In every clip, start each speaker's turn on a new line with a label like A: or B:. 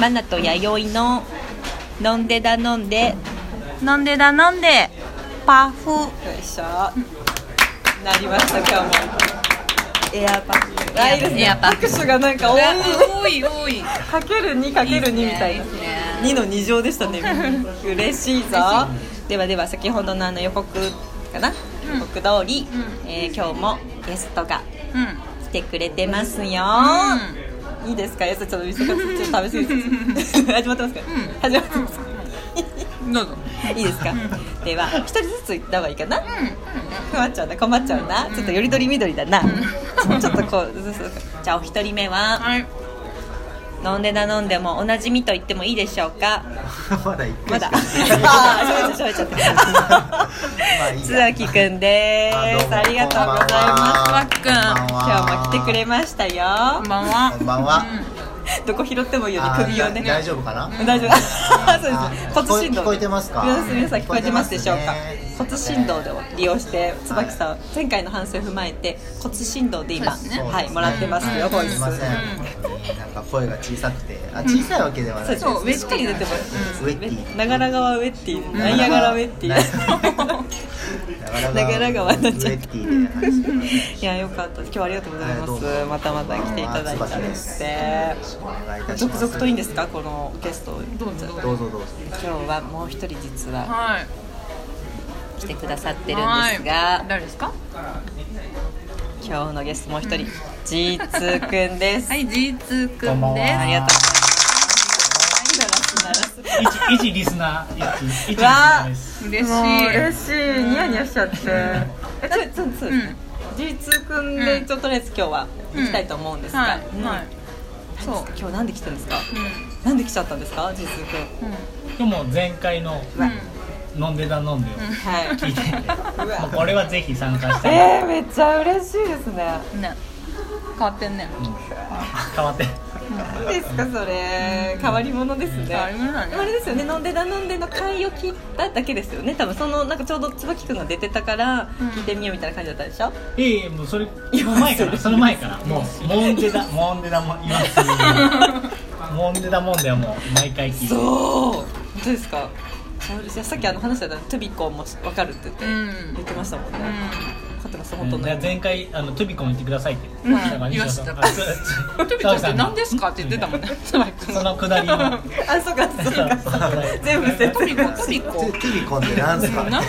A: マナと弥生の飲んでだ飲んでよ
B: 飲んでだ飲んでパフ
A: いしょなりました今日もエアパフあいいですね
B: エアパフ
A: 拍手がなんか多い
B: 多い多い
A: かける2かける2みたいな
B: ですね
A: 2の2乗でしたね嬉しいぞではでは先ほどのあの予告かな、予告通り、えー今日もゲストが
B: うん
A: 来てくれてますよ、いいですかやさちょっと見せてちょっと食べ過ぎて 始まってますか、始まってますか、
B: どうぞ
A: いいですか、では一人ずつ行った方がいいかな、困っちゃうな困っちゃうな、ちょっとよりどりみどりだな、ちょっとこうそうそうそうじゃあお一人目は
B: はい
A: 飲んでな飲んでもおなじみと言ってもいいでしょうか
C: まだ一
A: ま
C: 回し
A: だ
C: か。
A: ああ、しゃべっちゃった、しゃべっちゃった。
C: まあいいや
A: 津秋くんで
C: あどう
A: す。
C: も
A: ありがとうございます。
B: わっくん
A: 今日も来てくれ
C: ま
A: ました
B: こ
A: よ
B: ん。ばんは
C: こんばんは。
A: どこ拾ってもいいよう
C: あ
A: に
C: ー
A: 首をね。
C: だ大丈夫かな。
A: 大丈夫。 そう
C: あ
A: です。
C: ー
A: 骨振動。
C: 聞こえてますか
A: 皆さん皆さん聞こえてますでしょうか
C: 聞こえて。ますね
A: 骨振動で利用して、椿さん前回の反省を踏まえて骨振動で今
B: そうですね
A: はいもらってますよ
C: す
A: ボイ
C: す
A: ス。
C: いません。なんか声が小さくて、あ小さいわけではない。
A: そう
B: ウ
A: ウ
B: ェ
A: ェ
B: ッテ
A: ッ
B: ィ
A: ティ出てます。
C: ウェッティ
A: 長良川ウェッティ、ナイアガラウェッティ。長良川になっちゃった
C: ウェッティで話してます。
A: いや、よかったです。今日はありがとうございま
C: はい
A: す
C: どう。も
A: またまた来ていただいたりして。
C: お願いいたしま
A: 続
C: す。
A: 々といいんですか、このゲスト。
B: どうぞどうぞ
C: どうぞどうぞ。
A: 今日はもう一人実は
B: はい
A: 来てくださってるんですが、
B: 誰ですか
A: 今日のゲストもう一人、ジーツーくんです。
B: はいジーツーくんです
C: こんばんは
A: ありがとうございます。
D: 一一リスナー一一リスナーです。
B: 嬉し
A: もう
B: い
A: 嬉しいニヤニヤしちゃってえちょちょそうですね G2 くんでちょっとりあえず今日は行きたいと思うんです
B: は
A: が、
B: い
A: うん
B: はい
A: そう今日なんで来てるんですか、
B: う
A: なんで来ちゃったんですか G2 くん
D: でも前回の飲んでた飲んでを
A: はい
D: 聞いて、
A: うわ
D: もうこれはぜひ参加した い。
A: えー、めっちゃ嬉しいですね
B: んね変わってんね
D: 変わって。
A: いいですかそれ変わり者ですね
B: 変わり者だね
A: あれですよね飲んでだ飲んでの会を聞いただけですよね多分そのなんかちょうど椿くんが出てたから
B: うん
A: 聞いてみようみたいな感じだったでしょ、
D: いえいえもうそれその前からその前からもうモンデダモンデダもいます。 モンデダモンデはもう毎回聞いて。
A: そう
D: う
A: 本当ですかじゃあさっきあの話してたトゥビコも分かるって言って、
B: うん
A: 言ってましたもんね、分かってます本当
D: ん
A: の
D: じゃあ前回あのトゥビコン行ってくださいって
B: ん
D: だから西田さん
B: 言わ
D: あ
B: せ
D: つ
B: トビちゃんって何ですかって言ってたもんねつばくん
D: そのくだりを
A: あそうかそう か
D: そうそうそう
A: 全部説明
B: トビコトビコ
C: トゥビコンってなんすか。
B: なんか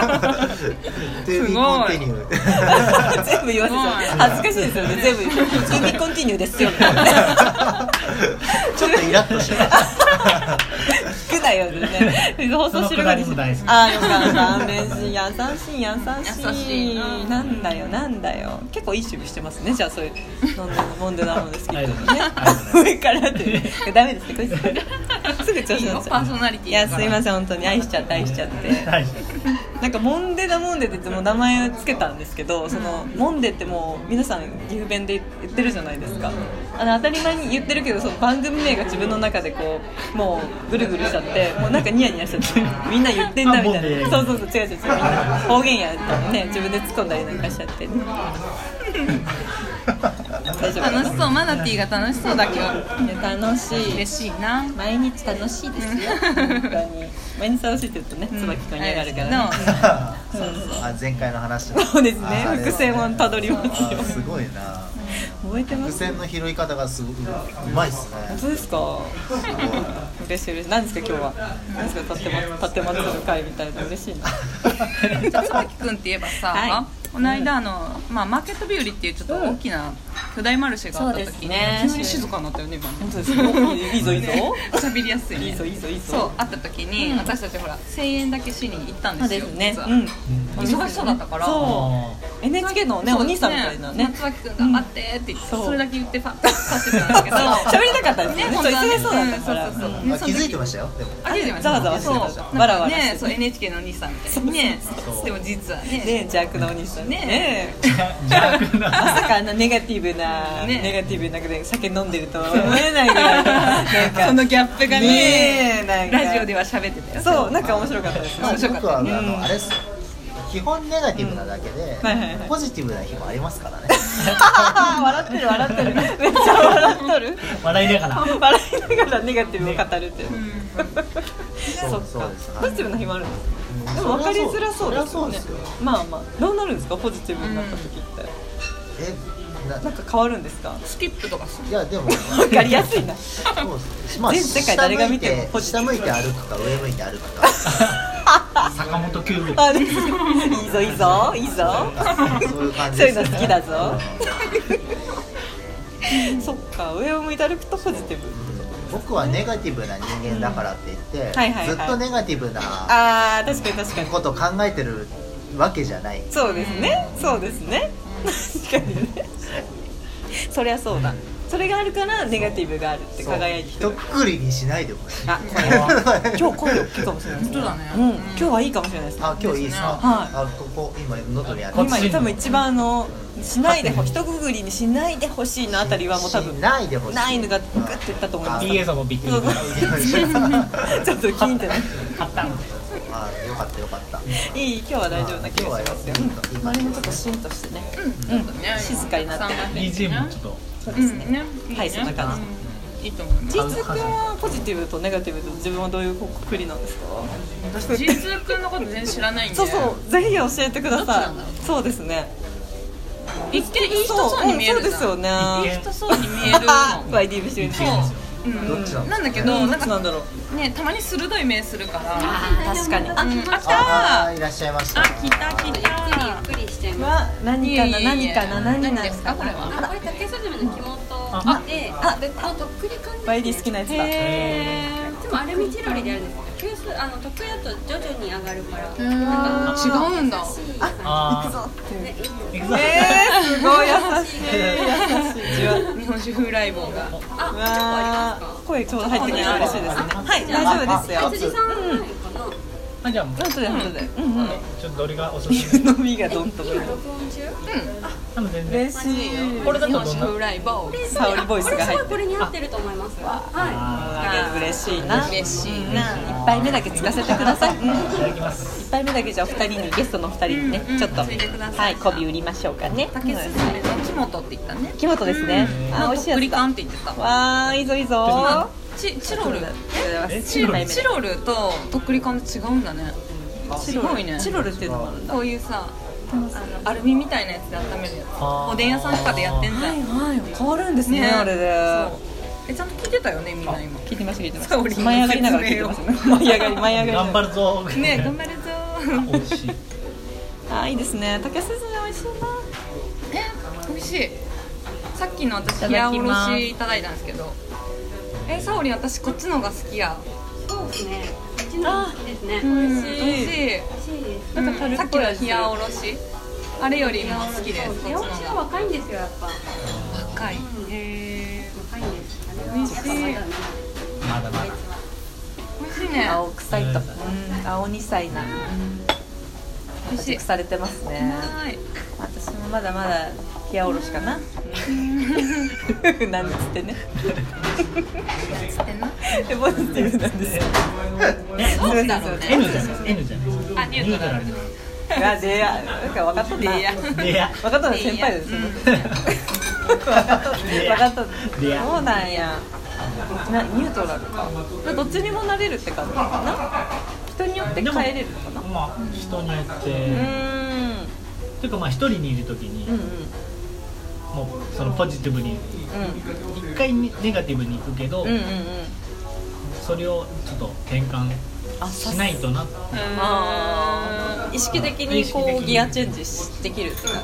C: トゥビコンテニュー。
A: 全部言わせちゃう恥ずかしいですよね全部 トゥビコンティニューですよね
C: ちょっとイラッとしてます。
A: 聞くなよね放送知る
D: そのくだりも大好き
A: あよかった嬉しい優しい優しい
B: 優しいな
A: なんだよなんだよ結構いい趣味してますねじゃあそういう飲んで飲んでなので好きって
D: ありがとうござい
A: ね
D: ます
A: 上からってダメですねこい つすぐ調子
B: いい
A: 乗
B: よ
A: っち
B: パ
A: ゃ
B: ー
A: う
B: ソナリティ
A: いやすいま
B: ん
A: せん本当に愛しちゃって愛しちゃって
D: はい
A: なんかモンデだモンデって言ってもう名前をつけたんですけどそのモンデってもう皆さん岐阜弁で言ってるじゃないですかあの当たり前に言ってるけどその番組名が自分の中でこうもうぐるぐるしちゃってもうなんかニヤニヤしちゃって みんな言ってんなみた
D: あモン
A: い
D: デ
A: なそうそうそう違う違う違うみんな方言やってね自分で突っ込んだりなんかしちゃって、大丈夫
B: 楽しそうマナティーが楽しそうだけど
A: いや楽しい
B: 嬉しいな
A: 毎日楽しいですよ本当に毎日楽しいって言うとね椿君に上がるからね
C: あ前回の話。
A: そうですね
C: あ
A: 伏線をたどりますよ
C: あすごいな。
A: 覚えてま
C: 伏
A: す
C: 線の拾い方がすごくうまいっすね
A: 本。当ですか
C: すごい。
A: 嬉しい嬉しい何ですか今日は何ですか立てま立てまつる会みたいな嬉しいな
B: じゃあ椿君って言えばさ、
A: は
B: この間あの、まあ、マーケット日和っていうちょっと大きな巨大マルシェがあった
A: そうで
B: 時
A: すね
B: 急に静かになったよね今ね
A: 本当 ですかいいぞいいぞ
B: 喋りやすいね
A: いいぞいいぞいいぞ
B: そうあった時に、私たちほら1000円だけしに行ったん
A: そう
B: です
A: で
B: よ
A: すね
B: 実は
A: うん
B: 忙しそうだったから
A: そ
D: もう
A: う NHK のねお
B: そう
A: 兄さんみたいなね
B: 椿君頑張ってって言って、
A: そう
B: それだけ言ってパッと立ってたんだ け
A: そう
B: ど
A: 喋りたかったですね
B: ね
A: ちょっ
B: 本
A: と
B: 当は
A: 忙
B: ね
A: しそうだったから
B: うんそうそうそう
C: あ気づいてましたよ。でも
B: ありがとうご
A: ざ
B: ざ
A: わ
B: い
A: ざ
B: ま
A: わ
B: す
A: してた
B: そう
A: じゃんわらわら
B: ね
A: して
B: そう NHK のお兄さんみたいにねでも実はね
A: ね邪悪なお兄さんね
B: ね
D: 邪悪な。
A: まさかあんなネガティブな、
B: ね
A: ネガティブなで酒飲んでるとは思えないぐらいなんか
B: そのギャップがね
A: ねえなんか
B: ラジオでは喋ってたよ
A: そうなんか面白かったですね
B: 面白かった
C: 僕はあのあれっすよ。基本ネガティブなだけで
A: はいはいはい、
C: ポジティブな日もありますからね。
A: 笑ってる笑ってるめっちゃ笑っ
D: 笑いながら
A: 笑いながらネガティブを語るっていう、
C: そう
A: そっ
C: そう
A: か
C: です
A: ポジティブな日もあるんですね でも分かりづらそうですよね
C: そりゃそうですよ
A: まあまあどうなるんですかポジティブになった時って、
C: えな
A: なんか変わるんですか
B: スキップとかする
C: いやでも
A: 分かりやすいな
C: そうですねまあ
A: 全世界誰が見てもポジテ
C: 下
A: ィブ
C: 向いて下向いて歩くか上向いて歩くか
D: 坂本九部
A: あでもいいぞいいぞいいぞ
C: そういう感じ
A: そう
C: で
A: いう
C: すね
A: の好きだぞそっか上を向いて歩くとポジティブ
C: 僕はネガティブな人間だからって言って、
A: はいはいはい
C: ずっとネガティブな
A: あー確かに確かに
C: こと考えてるわけじゃない
A: そうですねそうですね確かにねそりゃそうだそれがあるからネガティブがあるって輝いてく
C: そう
A: る
C: ひとくくりにしないでほ しい
A: あこれは今日声大きいかもしれない
B: 本当だね
A: うん
B: うん
A: 今日はいいかもしれないです
C: あ今日いいさ、
A: はい
C: あここ今喉にある
D: こっち
A: 今多分一番あのしないでほ一括りにしないでほしいのあたりはもう多分
C: しないでほしい
A: ないのがグッ ていったと思います
D: BA さんもびっくり
A: そうそうちょっとキーンって ね
D: 買ったの
C: あよかったよかった
A: いい今日は大丈夫な気がしますよ
C: 今日はよかった
A: うん周りもちょっとシーンとしてね
B: うんちょっとね
A: 静かになって
B: た
D: BGM もちょっと
A: そう
B: う
A: です
B: ん
A: ね
B: ね
A: はい
B: ね
A: そんな感じ
B: うんいいと思います
A: ちーつくんはポジティブとネガティブと自分はどういうくくりなんですか
B: 私 G2 くんのこと全然知らないんで
A: そうそうぜひ教えてくだ
B: どっち
A: さ
B: なんだろ
A: いそうですね
B: 一見いい人そうに見える
A: ん
B: じ
A: そう
B: ゃん
A: ですよね
D: 一
B: いい
D: 見
B: 人そうに見える もん
A: YDB 主演
D: 一見ですよ
B: そう、うん、
C: どっちなんだ
B: なんだけ
A: ど
B: ど
A: う
B: な
A: なんんなん
B: か
A: だろう
B: ねたまに鋭い目するから
A: 確かに
B: あ,、うん、あ来た
C: ああ
B: ー
C: いらっしゃいました
B: あ来た来た
E: ゆっくりしちゃいます。
A: は何かな何かな何なん
B: で
A: ですす
B: か
A: か
B: これは
E: あ、これ竹スズメの着
D: あ
E: 物で、あ、で、このとっくり感じ。
A: YD 好きなやつだ
E: いつもアルミチロリでやるんですけど、急須あの得意だと徐々に上がるから。
B: 違うんだ
E: あ、
D: あ
E: ね、いいよ
D: ー行くぞ
A: えーすごい優しい優しい
B: 日本酒風来坊が
E: あ、
A: う
E: ちょ
A: わー声
E: っとあります
A: ちょうど入ってきて嬉しいですねはい大丈夫です
E: か。あ
A: よ
E: 辻さんはないかな。
D: あじゃあもう
A: 本当で本当でうんうん
D: ちょっとどれがおすすめ
A: 飲みがどんとくる
E: 今録音中。
D: 多分全然
A: 嬉しい
D: これだ
B: 日
D: と
B: 本
D: どん
B: 酒
D: な
B: 風来坊
A: 沙織ボイスが入って
E: これに合ってると思います。は
D: あ
A: 嬉しいな
B: 嬉しい
A: な一杯目だけつかせてください、うん、
D: ーいただきます
A: 一杯目だけじゃあお二人にゲストのお二人にね、
B: うんうん
A: ちょっと
B: ついでくださ
A: はいい媚び売りましょうかね
B: 竹すずめの木本って言ったね
A: 木本ですね、
B: うん
A: あ美味しい
B: と
A: やつ
B: っくり
A: だ
B: 感って言ってた
A: わーいいぞいい
D: あ
A: ぞ
B: チチロル
D: え
B: チロルチロルととっくり感って違うんだねすごいね
A: チロルっていうのもあるんだ
B: こういうさあのアルミみたいなやつで温めるやつ
D: あー
B: おでん屋さんとかでやってんじゃん
A: はい変わるんですねあれで
B: そうえちゃんと聞いてたよねみんな今
A: 聞いてました聞いてまし
B: 沙
A: た
B: 織の
A: 舞い上がりながら聞いてましたね舞い上がり舞い上がり
D: 頑張るぞ
B: ね頑張るぞー
D: 美味しい
A: あーいいですね竹鈴美味しいな
B: ね美味しいさっきの私
A: ただ
B: 冷やお
A: き
B: ろ
A: ます
B: しいただいたんですけどえ沙織私こっちのが好きや
E: い。そうですね。こっちの好きですね。
B: うん
A: 美味しい
B: 美味しい
E: 美味しいです。
A: なんか
B: うんさ
A: 樽
B: っ
A: っ
B: き
A: ぽい
B: の
A: 味
B: 冷やおろしあれよりも好きですこっち
E: 手
B: の
E: 落ちが
B: が
E: 若いんですよ、やっぱ。
B: 若い
E: うん、えー、若いんです。あれは
B: 美味しい
E: やっぱまだね
D: まだまだ
B: 美味しいね
A: 青臭いと、うん、青二歳な
B: 美味しい
A: 熟されてますね
B: はい
A: 私もまだまだ冷やおろしかななんつってね
B: つってんな
A: でポジティブなんですよ
D: え
A: そうなんですよ
D: N じゃない N じゃない
B: あニュートラル
D: ニュー
A: あでやなんか分かっとった
B: でや
A: 分
D: トラルレア
A: かっとった先輩ですよ
B: うん
A: 分かっとった
D: で
A: 分
D: や
A: かっとっ
D: でや
A: たそうなんやなニュートラルかどっちにもなれるって感じかな人によって
D: でも
A: 変えれるのかなう
D: まあ人によって
A: ー
D: て
A: ん
D: いうかまあ一人にいるとき
A: うんう
D: に
A: ん
D: もうそのポジティブに一回ネガティブに行くけど
A: うんうんうんうん
D: それをちょっと転換
A: あ
D: しないとな
A: あー意識的に
D: 意識
A: こ
D: 的
A: う
D: に
A: ギアチェンジしできるっていうか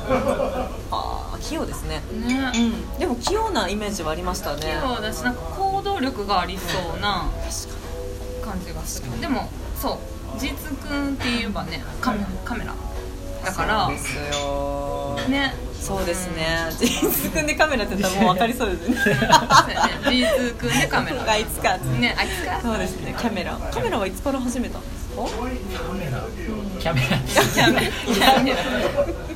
A: ああ器用ですね
B: ね
A: うんでも器用なイメージはありましたね
B: 器用だしなんか行動力がありそうな感じがするでもそう実くんって言えばねカメカメラだから
A: そうですよ
B: ね
A: そうですねジーンズくんでカメラって言ったらもう分かりそうです ね
B: そうやね実くんでカメラ
A: あいつか
B: ねあいつか
A: そうですねカメラカメラはいつから始めたんですか
D: カメラキャメラ
B: キャメキャメラ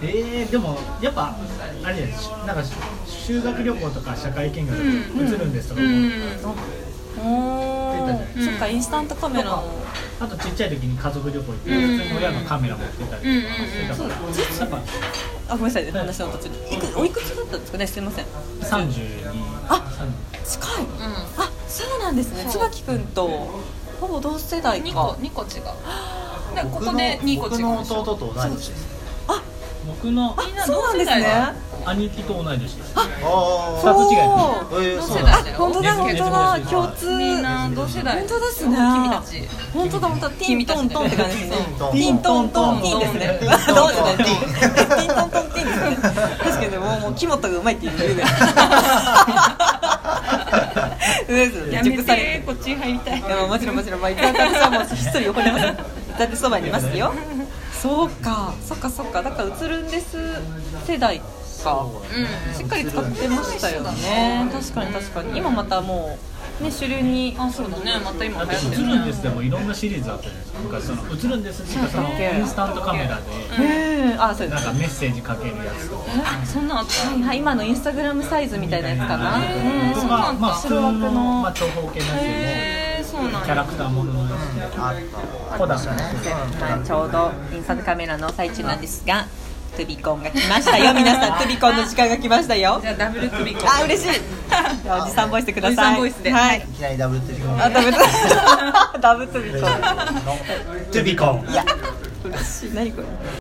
D: えー、でもやっぱあれですなんか修学旅行とか社会見学とか映るんですとか、
B: うん
A: おお
B: うん
A: そっかインスタントカメラも
D: あとちっちゃい時に家族旅行行って
B: うん
D: 普通に親のカメラ持ってたりとかしてたから、やっ
A: あごめんなさい話の途中でいくおいくつだったんですかねすいません
D: ぱ32
A: あ近いあそうなんですね
B: そう
A: 椿君とほぼ同世代
B: 2個
A: か
B: 二個違うでここで2個違う
C: 僕
B: でし
C: の
B: ょ
C: 弟と同い年です
D: 僕の
B: みんな
A: そうなんですね
D: 兄貴と同い年です
C: あ
D: 二つ違い
A: おー
C: え
B: 同世
C: ー、そうなん
B: 代
C: だ
B: だ
A: あ
B: よ
A: 本当だ
D: ね
A: 本当だ
D: ね
A: 共通
B: みんな同世代
A: 本当ですね
B: 君たち
A: 本当だ本当だティン
B: 君た
A: ト
B: ち
A: ントンって感じですね
C: そう
A: ティントントンテ
B: テ
A: ィン
B: ィン
A: で
B: ト
A: す
B: ン
A: ね
B: トン
C: ティントント
A: そう
C: ン
A: ですねテ
C: ティン
A: ィントントンティンですね確かにもうもうキモットがうまいっていう上で上ですよね
B: や
A: 熟
B: め
A: され
B: てこっち入りたい
A: いやまあもちろんもちろんまあ伊沢さんもひっそり横にいますよ伊沢そばにいますよそうかそっかそっかだから映るんです世代か
B: うん
A: しっかり使ってましたよね確かに確かに今またもうね主流に
B: あそうだねまた今
D: だっ
B: 流
D: て
B: 行って
D: 映
B: る
D: るん
B: ね
D: ですでもいろんなシリーズあったじゃないですか昔その映るんですっていうかその
A: そうだっけ
D: インスタントカメラ
A: う
D: で
A: んあそうで
D: なん
A: す
D: かメッセージかけるやつとか
B: あそんなんあった
A: はいはい今のインスタグラムサイズみたいなやつかな
D: みたい
A: うん
D: や
A: う
D: つ
A: ん
D: と
B: そう
D: か
B: なんだ
D: まあ普通の
A: 小学の
D: まあ長方形のやつで
B: へえそう
D: も
B: なん
D: キャ
B: や
D: ラクターもののやつ
C: あった
D: コダック
A: まあ、ちょうどインスタントカメラの最中なんですが、トゥビコンが来ましたよ、皆さん、トゥビコンの時間が来ましたよ
B: じ。ゃあダブルクビコ
A: あ、嬉しい。じゃあおじさんボイスでください。
B: おじさんボイスで
A: はい。
C: いきなりダブルトゥビコン
A: あ、ダブ ダブトゥビコン。
C: トゥビコン
A: 嬉しい、何これ。